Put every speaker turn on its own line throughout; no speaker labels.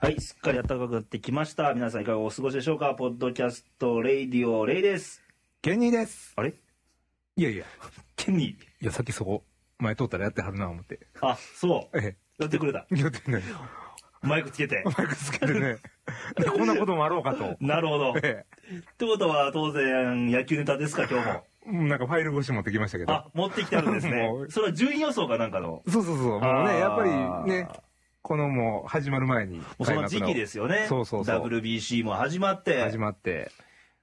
はい、すっかり暖かくなってきました。皆さんいかがお過ごしでしょうかポッドキャスト、レイディオ、レイです。
ケニーです。
あれ
いやいや、
ケニー。
いや、さっきそこ、前通ったらやってはるな、思って。
あ、そう。
え
やってくれた。
え。やってね、
マイクつけて。
マイクつけてね。 でこんなこともあろうかと。
なるほど。って
え
ことは、当然、野球ネタですか、今日も。
え。うんなんかファイル越し持ってきましたけど。
あ、持ってきてあるんですね
も。う
それは順位予想かなんかの。
そうそうそう。もう
あー
ね、やっぱりね、このもう始まる前に。
もうその時期ですよね。
そうそうそう
WBC も始まって、
始まって。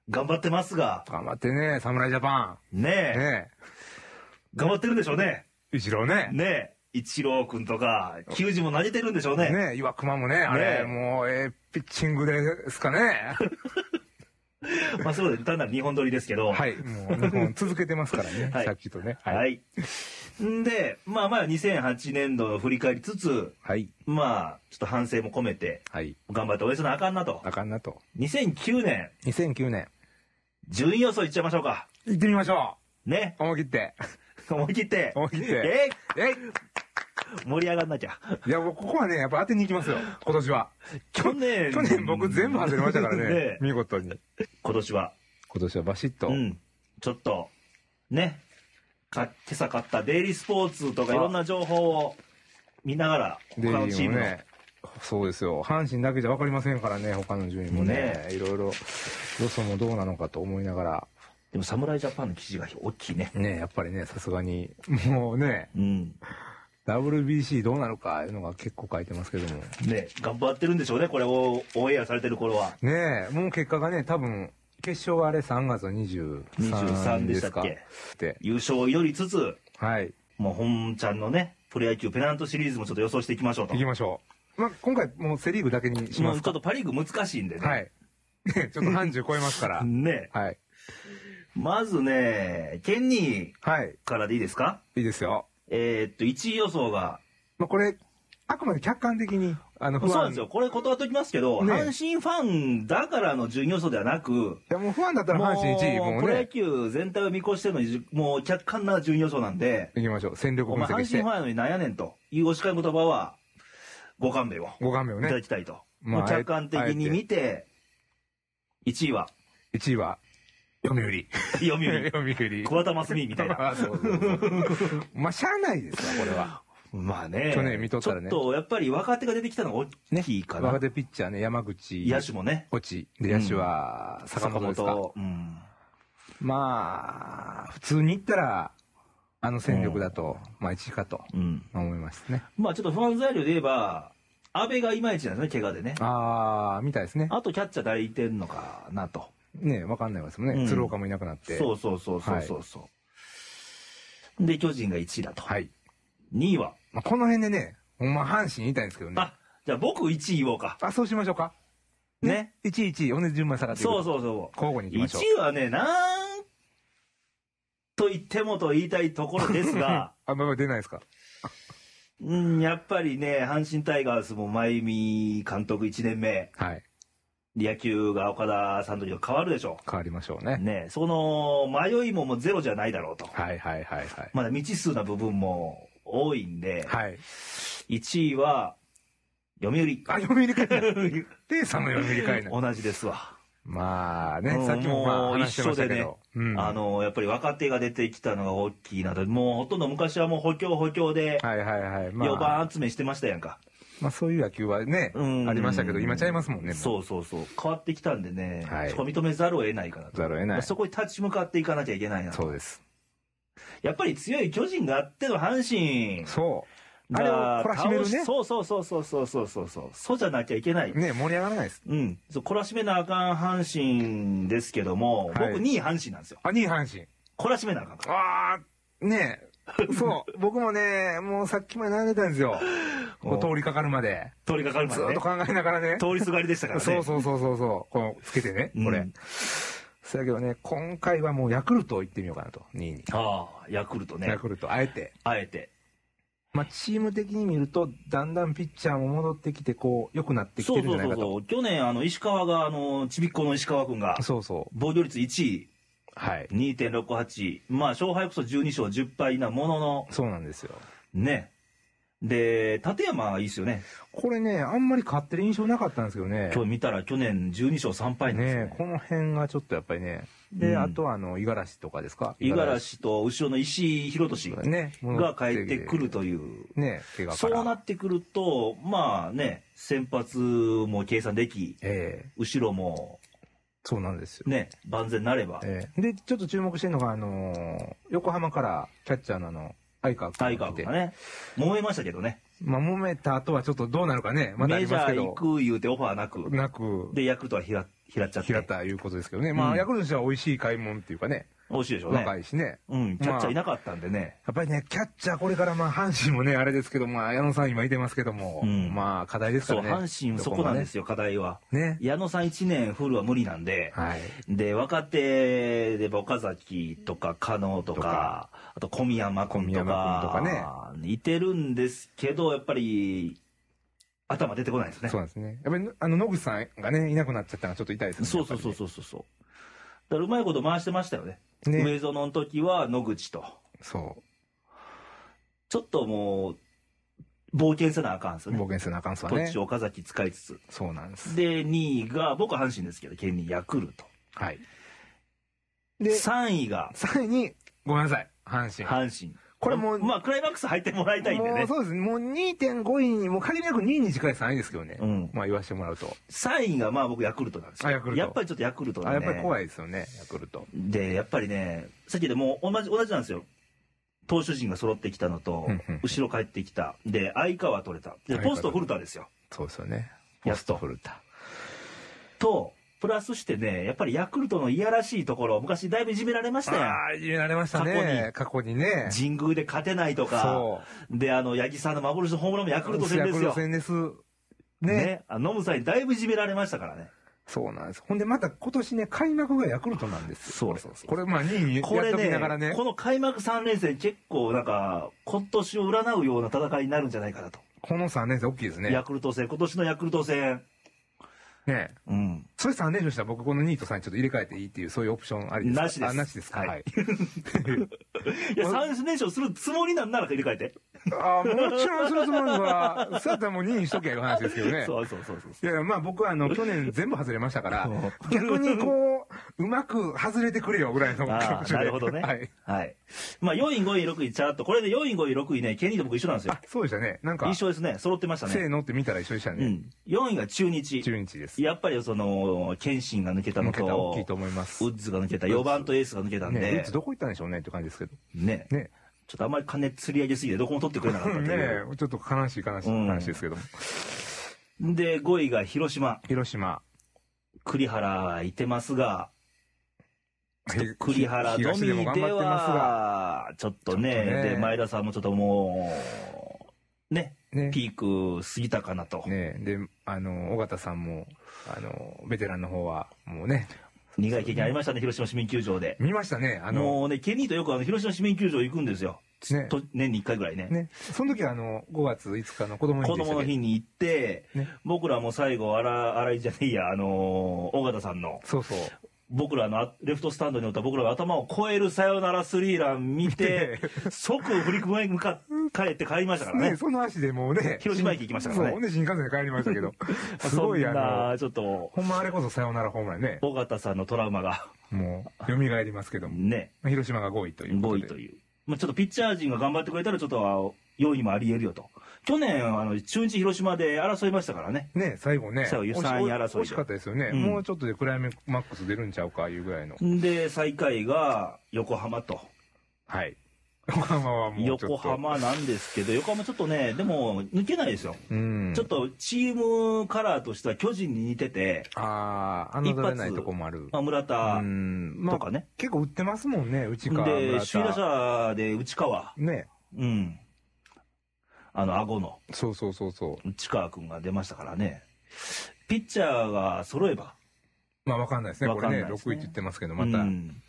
頑張ってますが、
頑張ってね、侍ジャパ
ね
ン。
え、
ね
頑張ってるんでしょうね。
え。一郎ね。
ねえ、一郎くんとか、球児も投げてるんでしょうね。
ねえ、岩熊もね、あ
ねえ
れ、もう、ええピッチングですかね。
まあそうです。単なる日本撮りですけど。
はい。もう、日本続けてますから ね、
はい
さっきとね。
はい。。んで、まあまあ2008年度を振り返りつつ、
はい。
まあ、ちょっと反省も込めて、
はい。
頑張って応援せなあかんなと。
あかんなと。
2009年、
2009年。
順位予想いっちゃいましょうか。
行ってみましょ
ね。
う思い切って。
思い切って。
思い切って。えい
え盛り上がんなきゃ。
いや、もうここはね、やっぱ当てに行きますよ。今年は。
去年。
去年僕全部外れましたからね。
ね
見事に。
今年は。
今年はバシッと。
うん。ちょっと、ね。か、今朝買ったデイリースポーツとか
あ
いろんな情報を見ながら、
デイ
他の
リ
チー
ー
ム
も
の、
ね。そうですよ。阪神だけじゃ分かりませんからね、他の順位もね。いろいろ、予想もどうなのかと思いながら。
でも侍ジャパンの記事が大きいね。
ね、やっぱりね、さすがに。もうね、
うん。
WBC どうなるか、いうのが結構書いてますけども。
ね、頑張ってるんでしょうね、これをオンエアされてる頃は。
ねえ、もう結果がね、多分、決勝があれ3月23
23で
で
した
す
っ
か。
け
で
優勝を祈りつつ、
はい。
もう本ちゃんのね、プロ野球ペナントシリーズもちょっと予想していきましょうと。
行きましょう。まあ、今回もうセリーグだけにし
も
ま
う
す
ちょ
か
っ。とパリーグ難しいんでね。。
はい。 ねちょっと30超えますから
ね。
はい。
まずね、ケンニー
はい。
からでいいですか
いいですよ。
えーっと、1位予想が、
まあ、これ、あくまで客観的に、あの、
そ
不
うなん
安。
ですよ。これ断っときますけど、
ね
阪神ファンだからの順位予想ではなく、
いや、もう不安だったら阪神1位、も
もう
う
プロ野
ね、
球全体を見越してのじゅ、もう客観な順位予想なんで、
行きましょう。戦力
お
分
前、阪
析
神ファ
して
ン。やのになんやねんというお叱り言葉は、ご勘弁を
5画面を
いただ
ね、
きたいと。
まあ
もう客観的に見て、1位は、
1位は、読売。
読売、
読売。
桑田真澄みたいな。
まあ、そうそうそうまあ、しゃあないですわ、これは。
まあね。
去年見とったらね
ちょっと、やっぱり若手が出てきたのが大きいかな。
若手ピッチャーね、山口。
野手もね。
コチ。で、野手は、坂本ですか。
うん。
まあ、普通に言ったら、あの戦力だと、まあ1位かと
うん。
思いますね。
まあちょっと不安材料で言えば、安倍がいまいちなんですね、怪我でね。
ああ、みたいですね。
あとキャッチャー誰いてんのかなと。
ねわかんないですもんね。
うん
鶴岡もいなくなって。
そうそうそうそうそうそう。で、巨人が1位だと。
はい。
2位は、
まあ、この辺でね、ほんま阪神言いたいんですけどね。あ、
あ、じゃあ僕1位言おうか。
そうしましょうか。
ね。
1位1位、同じ順番下がっていく
そうそうそう。
交互に行きましょ
1位はね、なんと言ってもと言いたいところです
う。
が、
あんまり出ないですか。
うん、やっぱりね、阪神タイガースも真由美監督1年目、
はい。
野球が岡田さんの時と変わるでしょ
変わりましょうね。
う。ね、その迷いももうゼロじゃないだろうと。
はいはいはいはい。
まだ未知数な部分も多いんで、
はい。
1位は、読売。
あ、読売会な。ペイさんの読売 会な。
同じですわ。
まあね
う、ん
さっきもまあ
もう
話してましたけど。うん
あの、やっぱり若手が出てきたのが大きいなと、もうほとんど昔はもう補強補強で、
はいはいはい。まあ、
4番集めしてましたやんか。
まあそういう野球はね、
うん
ありましたけど、今ちゃいますもんね。
そうそうそう。変わってきたんでね、
はい
そこ認めざるを得ないかな
う
と。
ざるを得ない。そ
そこに立ち向かっていかなきゃいけないなと。
うです。
やっぱり強い巨人があっての阪神
そう。あれを
が
懲らしめ
倒
る
し
ね。
そうそうそうそうそうそうそうそう。そうじゃなきゃいけない。
ね、盛り上がらないです。
うん。そう、懲らしめなあかん阪神ですけども、
はい
僕2位阪神なんですよ。
あ、2位阪神。
懲らしめなあかんから。
ああ、 ねえそう。僕もね、もうさっきまで悩んでたんです よ。こう通りかかるまで。
通りかかるま
ず
で
っ
ね
と。考えながらね。
通りすがりでしたからね。
そうそうそうそうそう。このつけてね、こ
う
れ
ん。
そやけどね、今回はもうヤクルト行ってみようかなと。2位に。
ああ、ヤクルトね
ヤ。クルト、あえて。
あえて。
まあ、チーム的に見ると、だんだんピッチャーも戻ってきて、こう、良くなってき
そ
て
う
るんじ
そ
ゃ
う
ない
そう
かと。
そう。去年、あの、石川が、あの、ちびっ子の石川くんが、
そうそう。
防御率1位、
はい。
2.68。まあ、勝敗こそ12勝10敗なものの、
そうなんですよ。
ね。で、立山いいっすよね。
これね、あんまり勝ってる印象なかったんですけどね。
今日見たら去年12勝3敗なんですよ
ね
ね。
この辺がちょっとやっぱりね。
う
で、
ん
あとはあの、五十嵐とかですか
五十嵐と後ろの石井博俊
五十嵐ね。
が帰ってくると
う。
いう。
ね、怪我か
そ
ら。
うなってくると、まあね、先発も計算でき、
ええ
後ろも
そうなんですよ。
ね、万全なれば、
ええで、ちょっと注目してるのが、あのー横浜からキャッチャーのあの、相川
タイ
君
ガ
が
ー
来て。
がね、揉めましたけどね、
まあ、揉めた後はちょっとどうなるかね。まだあ
メ
り
ジ
ます
ャ
け
ー行
ど。
く言うてオファーなく、
なく、
で、ヤクルトは拾っ拾っちゃって
平、田いうことですけどね。まあ、
うん
ヤクルトとしては美味しい買い物っていうかね。
惜しいでしょう
若
ね。
いしね。
うん、キャッチャーいなかったんでね、
やっぱりね、キャッチャーこれからまあ、阪神もね、あれですけど、まあ、矢野さん今いてますけども、
うん
まあ、課題ですか
そう、
らね。
阪神、そこなんですよ、課題は。
どこもね。ね。
矢野さん1年フルは無理なんで、
はい。
で、若手でやっぱ岡崎とか加納とか、
とか
あと小宮山君と
小宮山君と
か
か、
いてるんですけど、やっぱり、頭出てこないですね。
そうなんですね。やっぱり、あの、野口さんがね、いなくなっちゃったのはちょっと痛いですね。
そうそうそう
やっ
そうそうそう。だからうまいこと回してましたよね。
ぱりね。ね。
上園の時は野口と。
そ
ちょっともう、冒険せなあかんです
う。
よね
冒。険するのあかんすわ
土
ね
地。岡崎使いつつ。
そうなんです。
で、2位が、僕は阪神ですけど、県にヤクルト。
はい。
で、
で、
3位が
3位に、ごめんなさい。阪神。
阪神。
これもう、
まあ、クライマックス入ってもらいたいんで
も
ね
う。そうですね。もう2.5位に、もう限りなく2位に近い3位ですけどね。
うん
まあ言わせてもらうと。
3位がまあ僕ヤクルトなんですよ。
あヤクルト
やっぱりちょっとヤクルトが
あ、
ね。
やっぱり怖いですよね、ヤクルト。
で、やっぱりね、さっきでもう同じ、同じなんですよ。投手陣が揃ってきたのと
うんうんうん、
後ろ帰ってきた。で、相川取れた。で、ポスト古田ですよ。
そうですよね。
やっ
ポ
と
ストフルタ。
と、プラスしてね、やっぱりヤクルトのいやらしいところ、昔だいぶいじめられましたよ。
ああ、いじめられましたね。過去にね。
神宮で勝てないとか、
そ
で、あの、八木さんの幻のホームランもヤ
う。
クルト戦
ヤ
で
ク
す
ルト
よ。
戦です。ね
ね。あの、ノムさんにだいぶいじめられましたからね。
そうなんです。ほんでまた今年ね、開幕がヤクルトなんですよ
そうそうそう
これまあ2位にや
こ
っ
れ
とき
ね
ながらね、
この開幕3連戦結構なんか、今年を占うような戦いになるんじゃないかなと。
この3連戦大きいですね
ヤ。クルト戦、今年のヤクルト戦。
ね
うん。
それ3連勝したら僕この2位と3位ちょっと入れ替えていいっていう、そういうオプションありですか
なしです
あ、なしですか。
はい
はい。
いや、3連勝するつもりなんなら入れ替えて。
ああ、もちろんそれつもりは、そうやったらもう2位にしとけいう話ですけどね。
そうそうそうそう。
いやいや、まあ僕はあの、去年全部外れまし たから、逆にこう、うまく外れてくれよぐらい の
あ
感
あ、
じで。
なるほどね。
はい。。
はい。まあ、4位、5位、6位、チャーっと。これで4位、5位、6位ね、ケニーと僕一緒なんですよ
あ。、そうでしたね。なんか、
一緒ですね。揃ってました
せ
ね。
ーのって見たら一緒でした
う
ね。
ん。4位が中日。
中日です。
やっぱりその、謙信が抜けたの
抜けた大きいと
と、
思います。
ウッズが抜けた、4番とエースが抜けたん
ねえ、い
で
つ、どこ行ったんでしょうねって感じですけど。
ね。
ね
ちょっとあんまり金釣り上げすぎて、どこも取ってくれなかったと
ね
いう。
えちょっと悲しい悲しい
うん
話ですけども。
で、5位が広島。
広島。
栗原いてますが、
へ
栗原のみ
東でも頑
で
張ってますが。
は、ちょっとね、
ちょっとね
で、前田さんもちょっともう、ね、
ね
ピーク過ぎたかなと。
ねえで、あの、尾形さんも、あの、ベテランの方は、もうね、
苦い経験ありましたね、広島市民球場で。
見ましたね。あの、
もうね、ケニーとよくあの、広島市民球場行くんですよ。
ね
と年に1回ぐらいね。
ね、その時はあの、5月5日の子供の日
子
でした
供
っ
の
け
日に行って、
ね
僕らも最後、荒荒井じゃねえや、あのー、尾形さんの、
そうそう。
僕らのあレフトスタンドにおった僕らが頭を超えるサヨナラスリーラン見 て、即振り込み向か帰って帰りましたからね。
ね、その足でもうね、
広島駅行きましたからね、
そう、ね、新幹線で帰りましたけど すごい
そ
あ
ん
の、
な、ちょっと、
ほんまあれこそさよならホームランね、
尾形さんのトラウマ が、
もう、蘇りますけども、
ね、
まあ広島が5位ということ
5
で。
位という。まあ、ちょっとピッチャー陣が頑張ってくれたら、ちょっと4位もあり得るよと。去年、あの、中日広島で争いましたからね。
ね、最後ね、
最後
惜し
三位争いで
惜しかったですよね、
うん
もうちょっとでクライマックス出るんちゃうかいうぐらいの。
で、最下位が横浜と。
はい。 横浜はもうちょっと。
横。浜なんですけど、横浜ちょっとね、でも抜けないですよ。
うん。
ちょっとチームカラーとしては巨人に似てて、
ああ、あの、取れないとこもある。
まあ、村田
うん。ま
と
あ、
かね。
結構売ってますもんね、内川村
で、
田
首位打者で内川。
ね。
うん。あの、顎の
そうそうそうそう。
内川君が出ましたからね。ピッチャーが揃えば。
まあ、わかんないですね。
わ
こ
かん
れ
ない
ね、
ですね
6位って言ってますけど、また、
うん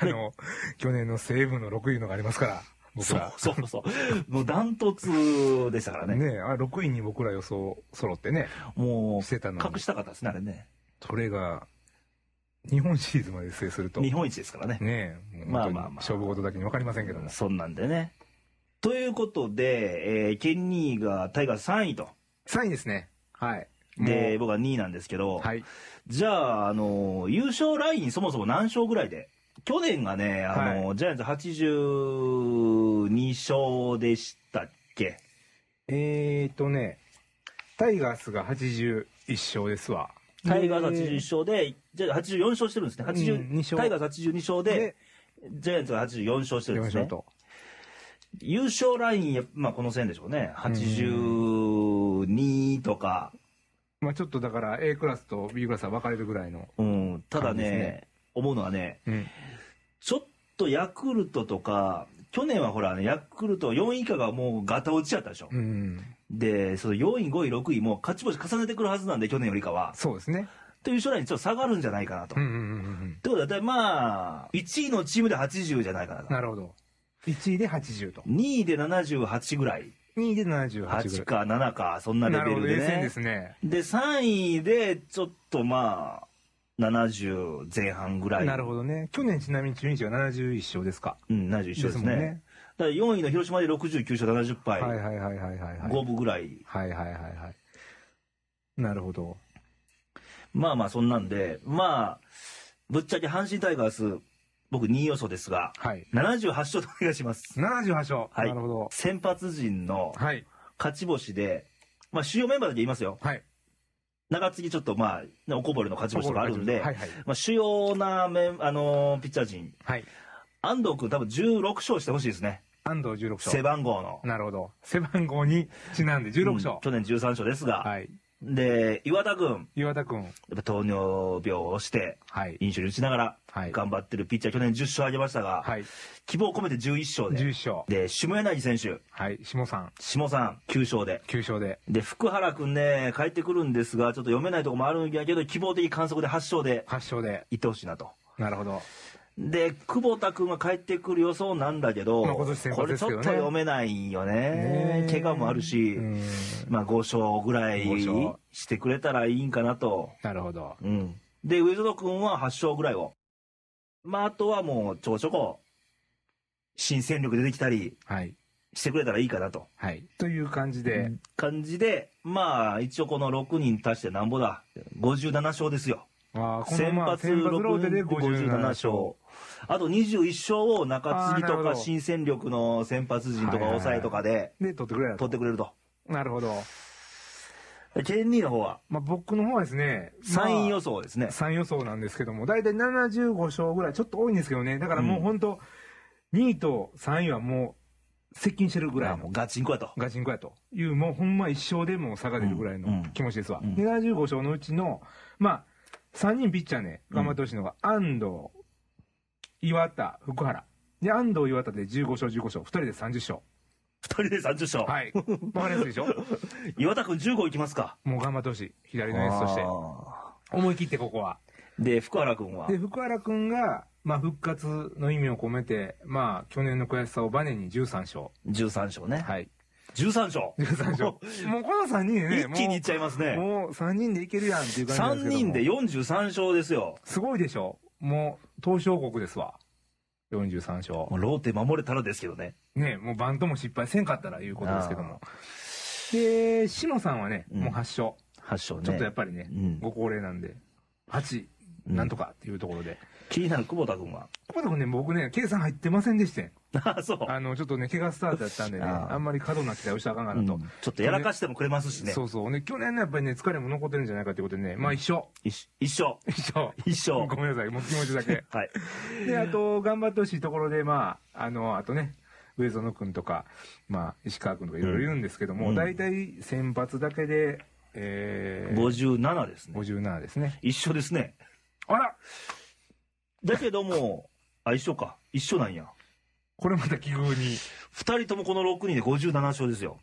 あの、去年の西武の6位のがありますから、僕
そう
ら。
そうそう。もうダントツでしたからね。
ねあ、6位に僕ら予想揃ってね、
も
してた
う、
の
隠
に、
したかったですね、あれね。
それが、日本シリーズまで制すると、
日
ね
本一ですからね。
え、もう
まあ
本当に
まあまあ
勝負事だけに分かりませんけども。
そんなんでね。ということで、えーケニーがタイガース3位と。
3位ですね。はい。
で、
も
僕は2位なんですけど、
うはい。
じゃあ、あの、優勝ラインそもそも何勝ぐらいで去年がね、あの、ジャイアンツ82勝でしたっけ
えーとね、タイガースが81勝ですわ。
タイガース81勝で、ジャイアンツ84勝してるんですね。
うん
80
二勝
タイガース82勝で、
で、
ジャイアンツが84勝してるん
4
ですね
勝。と。
優勝ライン、やっぱまあこの線でしょうね。82とか、
まあちょっとだから A クラスと B クラスは分かれるぐらいの。
うん、ただ
感じです
ね
ね、
思うのはね、
うん。
ちょっとヤクルトとか、去年はほらね、ヤクルト4位以下がもうガタ落ちちゃったでしょ。
うん。
で、その4位、5位、6位も勝ち星重ねてくるはずなんで、去年よりかは。
そうですね。
という将来にちょっと下がるんじゃないかなと。
う
っ
んうんうんうん。
てことは、だいたいまあ、1位のチームで80じゃないかなと。
なるほど。1位で80と。
2位で78ぐらい。
2位で78ぐらい。
8か7か、そんなレ
な
ベ
るほ
ル
ど、
で
冷静で
ね。
すね。
で3位で、ちょっとまあ、70前半ぐらい。
なるほどね。去年ちなみに中日が71勝ですか。
うん、71勝ですね。
もん
だから4位の広島で69勝70敗。
はいはいはいはいはいはい。
5分ぐらい。
はいはいはいはい。なるほど。
まあまあ、そんなんで、まあ、ぶっちゃけ阪神タイガース、僕2位予想ですが、
はい。
78勝でお願いします。
78勝。
はい
なるほど。
先発陣の
はい。
勝ち星で、まあ、主要メンバーだけ言いますよ。
はい。
中継ぎちょっとまあ、ねおこぼれの勝ち星とかあるんで、
はいはい。
まあ、主要なメン、あのーピッチャー陣、
はい。
安藤君多分16勝してほしいですね。
安藤16
背
勝。
番号の。
なるほど。背番号にちなんで16勝
うん。去年13勝ですが、
はい。
で、岩田君、
岩田君。
やっぱ糖尿病をして、
はい。
飲酒に打ちながら、
はい。
頑張ってるピッチャー、去年10勝あげましたが、
はい。
希望を込めて11勝で、
11勝。
で、下柳選手、
はい。下さん。
下さん9勝で、
9勝で。
で、福原くんね、帰ってくるんですが、ちょっと読めないとこもあるんやけど、希望的観測で8勝で
8勝で。
いってほしいなと。
なるほど。
で、久保田くんが帰ってくる予想なんだけど、
まあ今年先
こ
発
れ
で
ち
す
ょっ
けど
と
ね
読めないよね
ね。え
怪我もあるし、
うん。
まあ5勝ぐらい
5勝
してくれたらいいんかなと。
なるほど。
うん。で、上園くんは8勝ぐらいを。まあ、あとはもう、ちょこちょこ、新戦力出てきたり
はい。
してくれたらいいかなと。
はい。という感じで、
感じで、まあ、一応この6人足してなんぼだ。57勝ですよ。
あーこの
先
まあ
発
先発ローテで57
57
勝
勝。。あと21勝を中継ぎ
あーなる
と
ほ
か
ど
新戦力の先発陣と
は
か
いはいはい
抑えとかで
で、取ってくれたと
取ってくれると。
なるほど。
ケンニーの方は
まあ、僕の方はですね、
3位
ま
予
あ
想ですね。
三位予想なんですけども、大体75勝ぐらい、ちょっと多いんですけどね、だからもう本当、2位と3位はもう、接近してるぐ
ぐら
ら
い
い
も
の
うガチンコやと。
ガチンコやという、もうほんま一勝でもう差が出るぐらい
うんう
の
ん
気持ちですわ。
うん
で75勝のうちの、まあ、3人ピッチャーね、頑張ってほしいのが、安藤、岩田、福原。で、安藤、岩田で15勝、15勝、2人で30勝。
2人で30勝。
はい。わかりやすい でしょ
岩田君15いきますか。
もう頑張ってほしい。左のエースとして。
あ
思い切ってここは。
ーで、福原君は
で、。福原くんが、まあ、復活の意味を込めて、まあ、去年の悔しさをバネに13勝。
13勝ね。
はい。
13勝。
13勝。もうこの3人でね、
一気にいっちゃいますね。
もう、もう3人でいけるやんっていう感じ
3
ですけど
人
も
で43勝ですよ。
すごいでしょもう、東証国ですわ。43勝。
もうローテ守れたらですけどね。
ね、もうバントも失敗せんかったらいうことですけども。で、下さんはね、
うん
もう8勝。
8勝ね。
ちょっとやっぱりね、
うん
ご高齢なんで、8、
うん
なんとかっていうところで。
気になる久保田君は。
ここでもね、僕ね、計算入ってませんでしてん。
ああ、そう。
あの、ちょっとね、怪我スタートだったんでね、
あー
あんまり過度な期待をしたらあかんか
う
なんと。
ちょっとやらかしてもくれますしね。
そうそう。ね、去年のやっぱりね、疲れも残ってるんじゃないかということでね、まあ一緒。
一一緒。
一緒。
一緒。。
ごめんなさい、もう気持ちだけ
はい。
で、あと、頑張ってほしいところで、まあ、あの、あとね、上園君とか、まあ、石川君とかいろいろいるんですけど
う
も、
ん
大体先発だけで、えー、
57ですね。
57ですね。
一緒ですね。
あら
だけども、あ、一緒か。一緒なんや。
これまた奇遇に。
二人ともこの6人で57勝ですよ。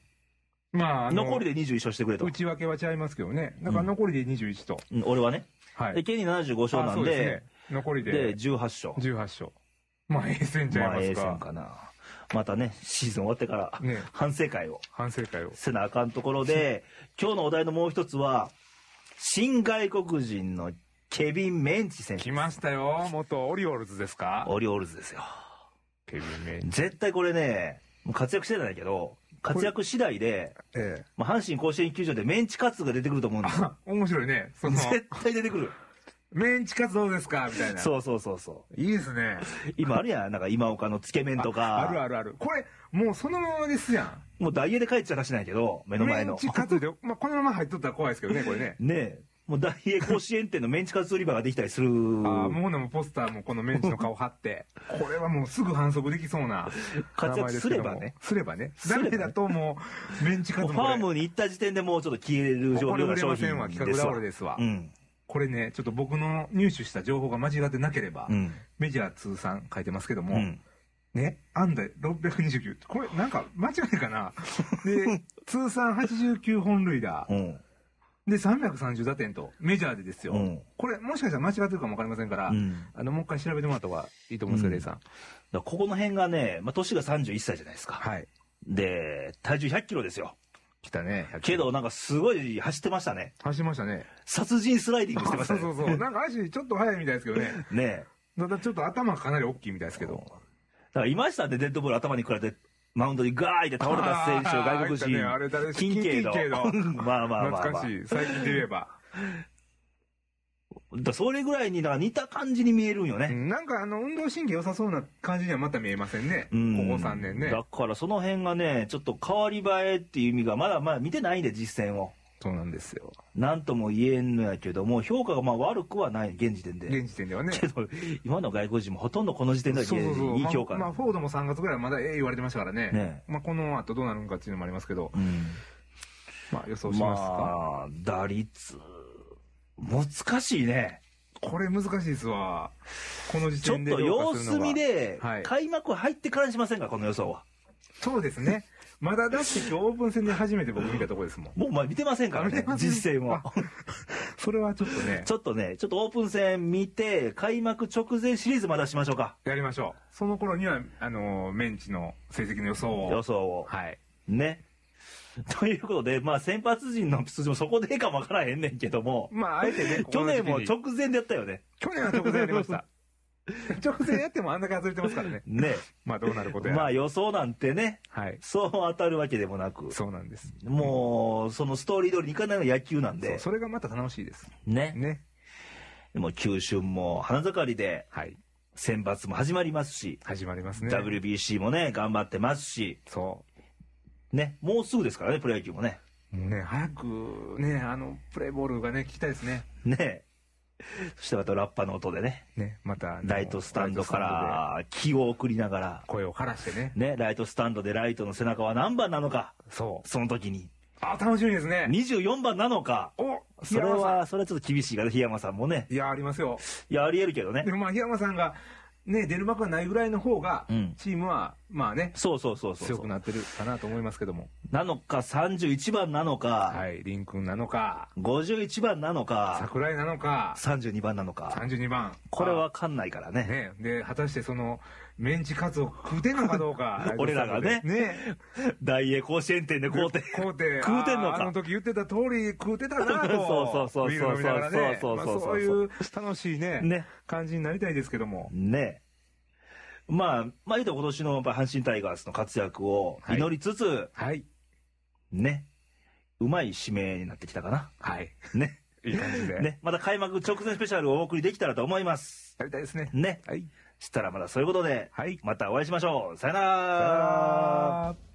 まあ、あの
残りで21勝してくれと。
内訳は違いますけどね。だから残りで21と。
うん俺はね。
はい。
で、ケニー75勝
あ
な
そ
ん
うす
で
ね、、残り
で、
で
18勝。
18勝。まあ、ええ線ちゃい
まあ、
ま
A
すか。
戦かな。またね、シーズン終わってから、
ね
反省会を
反省会を。
せなあかんところ で、今日のお題のもう一つは、新外国人のケビン・メンチ選手
来。ましたよ。元オリオールズですか
オリオールズですよ。
ケビン・メイ
絶対これね、もう活躍してたんだけど、活躍次第で、
ええ。
まあ、阪神甲子園球場でメンチカツが出てくると思うんです よ。
あ面白いね。その、
絶対出てくる。
メンチカツどうですかみたいな。。
そうそうそうそう
いいですね。
う。今あるやん、なんか今岡のつけ麺とか。
あるあるある。これ、もうそのままですやん。
もうダイエーで帰っちゃう話なんやけど、目の前
メ
の。
ン。チカツで、まあ、このまま入っとったら怖いですけどね、これね
ねえ。もうダイエー甲子園店のメンチカツ売り場ができたりする。
ああ、もうほんならもうポスターもこのメンチの顔貼って、 これはもうすぐ反則できそうな
活躍すれば
名前で
ね。
すけども。すればね。
すれ
ダ
ばね
メだともう、メンチカ
も
ツ
う
も
ファー
こ
ムに行った時点でもうちょっと消える
れ、
状
こ
況
れ売
の
れ
商
ません
品
わ。
で
企
す
画
わ
倒れ。ですわ
う。ん。
これね、ちょっと僕の入手した情報が間違ってなければ、
うん。
メジャー通算書いてますけど
う
も、
ん。
ね、安打629。これ、なんか、間違い かなで、通算89本塁打
う。ん。
で、330打点と、メジャーでですよ。
うん
これ、もしかしたら間違ってるかもわかりませんから、
うんだか
あの、もう一回調べてもらった方がいいと思うんですよ、
うん
レイさん。
らここの辺がね、まあ、年が31歳じゃないですか。
はい。
で、体重100キロですよ。
来たね。100
けど、なんかすごい走ってましたね。
走りましたね。
殺人スライディングしてました
そう
ね。
そうそう。なんか足ちょっと速いみたいですけどね。
ねえ。
ただちょっと頭かなり大きいみたいですけど。
だからいましたね、デッドボール頭に食られて、マウンドにガーイって倒れた選手、
あー
外国
あれだねあれ誰で
人、
す
キンケイド
キンケイ。ド
まあまあまあ、まあ、
懐かしい。最近で言えば。
だからそれぐらいになんか似た感じに見えるんよ
う
ね。
んなんかあの、運動神経良さそうな感じにはまた見えませんね。ここ
うん
3年ね。
だからその辺がね、ちょっと変わり映えっていう意味が、まだまだ見てないんで、実戦を。
そうなんですよ。
なんとも言えんのやけども、評価がまあ悪くはない、現時点で。
現時点ではね。
けど、今の外国人もほとんどこの時点では
そうそうそう。
いい評価
まあ、まあ、フォードも3月ぐらいはまだええ言われてましたからね。
ね
まあ、この後どうなるのかっていうのもありますけど、
うん
まあ、予想しますか。
まあ、打率、難しいね。
これ難しいですわ。この時
ちょ
点
っ
で
と
評
様
価する
子
のが。
見で
はい、
開幕入ってからにしませんか、この予想は。
そうですね。まだだって今日オープン戦で初めて僕見たとこですもん。
もうお前見てませんから
見
ね
て、ません
実戦を
あ。それはちょっとね
ち、ょっとね、ちょっとオープン戦見て、開幕直前シリーズまだしましょうか、
やりましょう。その頃には、あのー、メンチの成績の予想
予
を。
想を。
はい。
ね。ということで、まあ先発陣の数字もそこでええかもわからへんねんけども、
まあ、あえてね、こ
去
の時
年
期に
も直前でやったよね。
去年は直前やりま した。直前やってもあんだけ外れてますからね。
ね。
まあ、どうなることやら。
まあ予想なんてね、
はい。
そう当たるわけでもなく、
そうなんです。
もうそのストーリー通りにいかないのが野球なん
そう
で、
それがまた楽しいです。
ね。
ね。
でも九春も花盛りで、
はい。
選抜も始まりますし、
始まりますね。
WBC もね、頑張ってますし、
そ
ね、もうすぐですからね、プロ野球もね。
う。もうね、早く、ね、あの、プレイボールがね、聞きたいですね。
ねそしてまたラッパの音でね、
ね、また、あの
ライトスタンドか。
ライトスタンドで
ら気を送りながら、
声を枯らしてね。
ね、ライトスタンドでライトの背中は何番なのか、
そう。
その時に。
あ、楽しみですね。
24番なのか、
お
それは、それはちょっと厳しいから、檜山さんもね。
いや、ありますよ。
いや、ありえるけどね
で。もまあ、檜山さんが、ね、出る幕がないぐらいの方が
うん、
チームは、まあね、
そうそうそうそう
強
そ
く
う。
なってるかなと思いますけども。
なのか、31番なのか、
はい、リン君なのか、
51番なのか、
桜井なのか、
32番なのか、
32番。
これわかんないからね。。
あ。ね、で、果たしてその、メンチカツを食うてんのかどうか
俺らがね
ね。
大英甲子園店で買うて。
食うて。
食うてんのか
あーあの時言ってた通り食うてたな
そう
と。
そうそうそう
ビール飲みながらね
そう
ま
そう
あ
そうそう
そういう楽しいね、
ね。
感じになりたいですけども。
ねえ。まあ、まあ言うと今年のやっぱ阪神タイガースの活躍を祈りつつ、
はい。
ね。うまい指名になってきたかな。
はい。
ね。
いい感じで。
ね。また開幕直前スペシャルをお送りできたらと思います。
やりたいですね。
ね。
はい。
したらまだそういうことで、
はい。
またお会いしましょう。さよな
さよな
ら。
ら